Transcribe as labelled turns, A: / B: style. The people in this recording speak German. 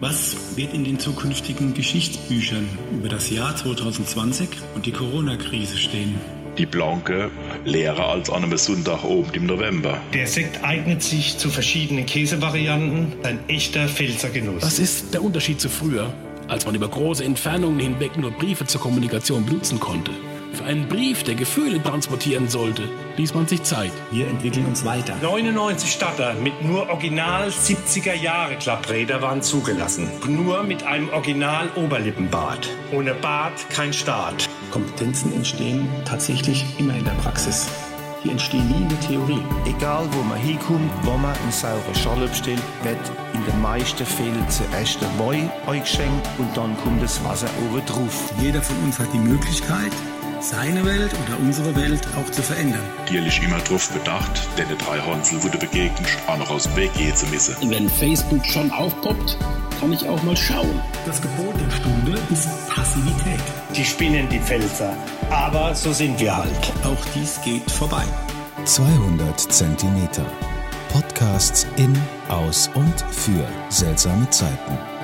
A: Was wird in den zukünftigen Geschichtsbüchern über das Jahr 2020 und die Corona-Krise stehen?
B: Die Blanke leerer als an einem Sonntag oben im November.
C: Der Sekt eignet sich zu verschiedenen Käsevarianten, ein echter Pfälzergenuss.
D: Was ist der Unterschied zu früher, als man über große Entfernungen hinweg nur Briefe zur Kommunikation benutzen konnte? Für einen Brief, der Gefühle transportieren sollte, ließ man sich Zeit.
A: Wir entwickeln uns weiter.
C: 99 Starter mit nur Original 70er Jahre Klappräder waren zugelassen. Nur mit einem Original Oberlippenbart. Ohne Bart kein Start.
A: Kompetenzen entstehen tatsächlich immer in der Praxis. Die entstehen nie in der Theorie.
E: Egal wo man hinkommt, wo man einen sauren Schal bestellt, wird in den meisten Fällen zuerst der Boy euch geschenkt und dann kommt das Wasser oben drauf.
F: Jeder von uns hat die Möglichkeit, seine Welt oder unsere Welt auch zu verändern.
B: Natürlich immer drauf bedacht, denn die drei Hansel wurde begegnet, auch noch aus dem Weg gehen zu müssen.
G: Wenn Facebook schon aufpoppt, kann ich auch mal schauen.
A: Das Gebot der Stunde ist Passivität.
C: Die spinnen die Pfälzer, aber so sind wir halt.
A: Auch dies geht vorbei.
H: 200 Zentimeter. Podcasts in, aus und für seltsame Zeiten.